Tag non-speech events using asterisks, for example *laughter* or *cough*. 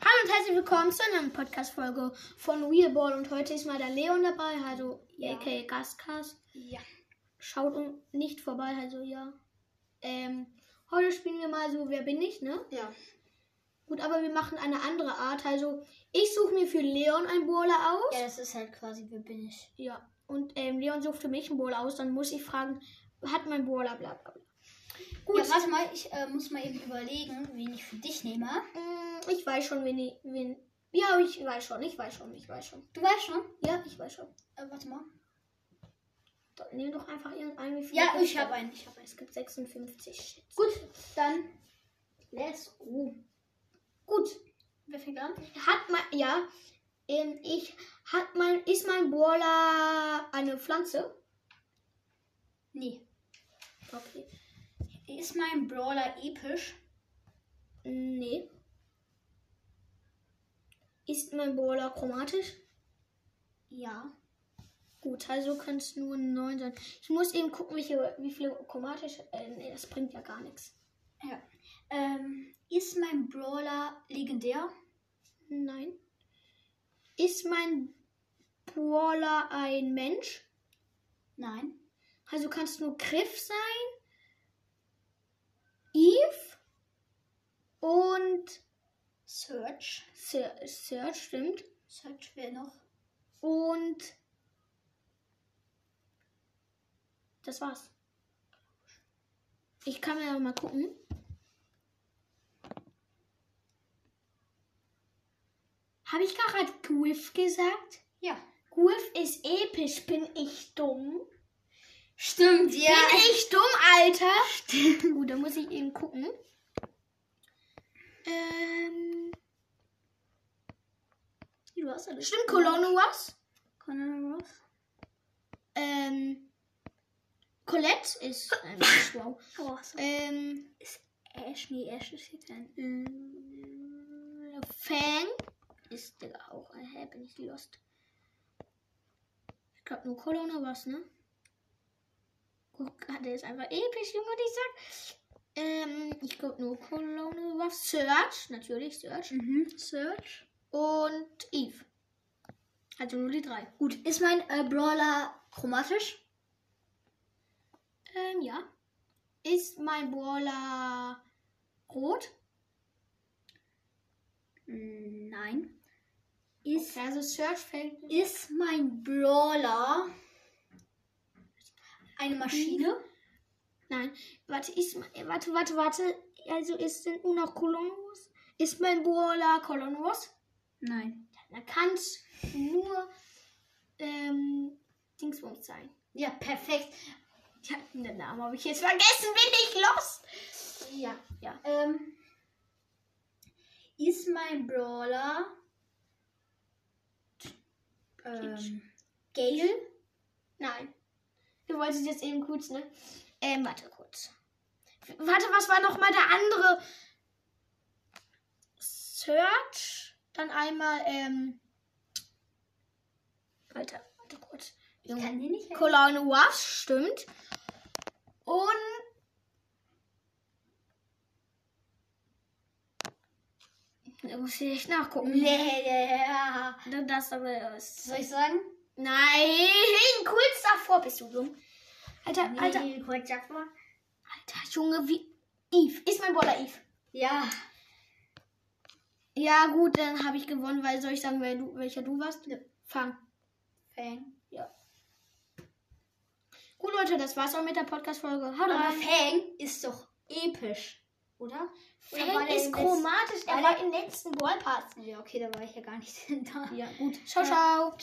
Hallo und herzlich willkommen zu einer neuen Podcast-Folge von Wheelball und heute ist mal der Leon dabei, also Ja. aka Gastcast. Ja. Schaut un- nicht vorbei, also ja. Ähm, heute spielen wir mal so Wer bin ich, ne? Ja. Gut, aber wir machen eine andere Art, also ich suche mir für Leon einen Bowler aus. Ja, das ist halt quasi, wer bin ich? Ja, und ähm, Leon sucht für mich einen Bowler aus, dann muss ich fragen, hat mein Bowler bla bla bla. Gut, Ja, warte mal, ich äh, muss mal eben überlegen, wen ich für dich nehme. Mm, ich weiß schon, wen ich. Wen, ja, ich weiß schon, ich weiß schon, ich weiß schon. Du weißt schon? Ja, ich weiß schon. Äh, warte mal. Doch, Nimm doch einfach irgendeinen. wie viele Ja, gibt's ich habe da? einen. Ich hab einen. Es gibt 56 Shit. Gut, dann. Let's go. Gut. Wer fängt an? Hat mein. Ja. Ähm, ich. Hat mein. Ist mein Boiler eine Pflanze? Nee. Okay. Ist mein Brawler episch? Nee. Ist mein Boiler chromatisch? Ja. Gut, also können es nur 9 sein. Ich muss eben gucken, welche, wie viele chromatisch. Äh, nee, das bringt ja gar nichts. Ja. Ähm, ist mein Brawler legendär? Nein. Ist mein Boiler ein Mensch? Nein. Also kann es nur Griff sein, Eve und Search. Sir, Sir stimmt. Search, wer noch? Und das war's. Ich kann mir ja mal gucken. Habe ich gerade Griff gesagt? Ja. Griff ist episch. Bin ich dumm? Stimmt, ja. Bin ich dumm, Alter? Gut, da muss ich eben gucken. Ähm. Du hast alles. Stimmt, Colonel was? Colonel Ross. Ähm. Colette ist ein Mensch, wow. Ross. Ähm. Ash, nee, Ash ist jetzt ein. äh, Fang ist Digga auch. Hä, bin ich lost? Ich glaube nur Colonel was, ne? Guck, ah, der ist einfach episch, Junge, ich sag. Ähm, ich glaube nur Colonel was. Search, natürlich, Search. Mhm. Search. und Eve. Also nur die drei. Gut, ist mein äh, Brawler chromatisch? Ähm, ja. Ist mein Brawler rot? Mm, Nein. Ist, Okay, also Search fällt. ist mein Brawler eine Maschine? Nein. Warte, ist mein, warte, warte, warte. Also ist denn nur noch Kolonos? Ist mein Brawler Kolonos? Mhm. Nein. Da kann es nur ähm, Dingsbums sein. Ja, perfekt. Ja, den Namen habe ich jetzt vergessen, bin ich los? Ja. Ja. Ähm, ist mein Brawler ähm, Gale? Nein. Du wolltest jetzt eben kurz, ne? Ähm, warte kurz. W- Warte, was war nochmal der andere? Search, dann einmal, ähm. Alter, warte kurz. Ich kann den nicht Cologne was stimmt. Und. Da muss ich echt nachgucken. Ja. Das aber ist. Soll ich sagen? Nein, kurz davor bist du dumm. Alter, Alter. Nee, korrekt, sag mal. Alter, Junge, wie. Eve. Ist mein Boller Eve. Ja. Ja, gut, dann habe ich gewonnen, weil soll ich sagen, wer du, welcher du warst? Fang. Fang. Gut, Leute, das war's auch mit der Podcast-Folge. Haut Aber rein. Fang ist doch episch, oder? Oder war Fang der ist im chromatisch. Er war war im letzten Ballpass. letzten- Ja, okay, da war ich ja gar nicht *laughs* da. Ja, gut. Ciao, Ja. ciao.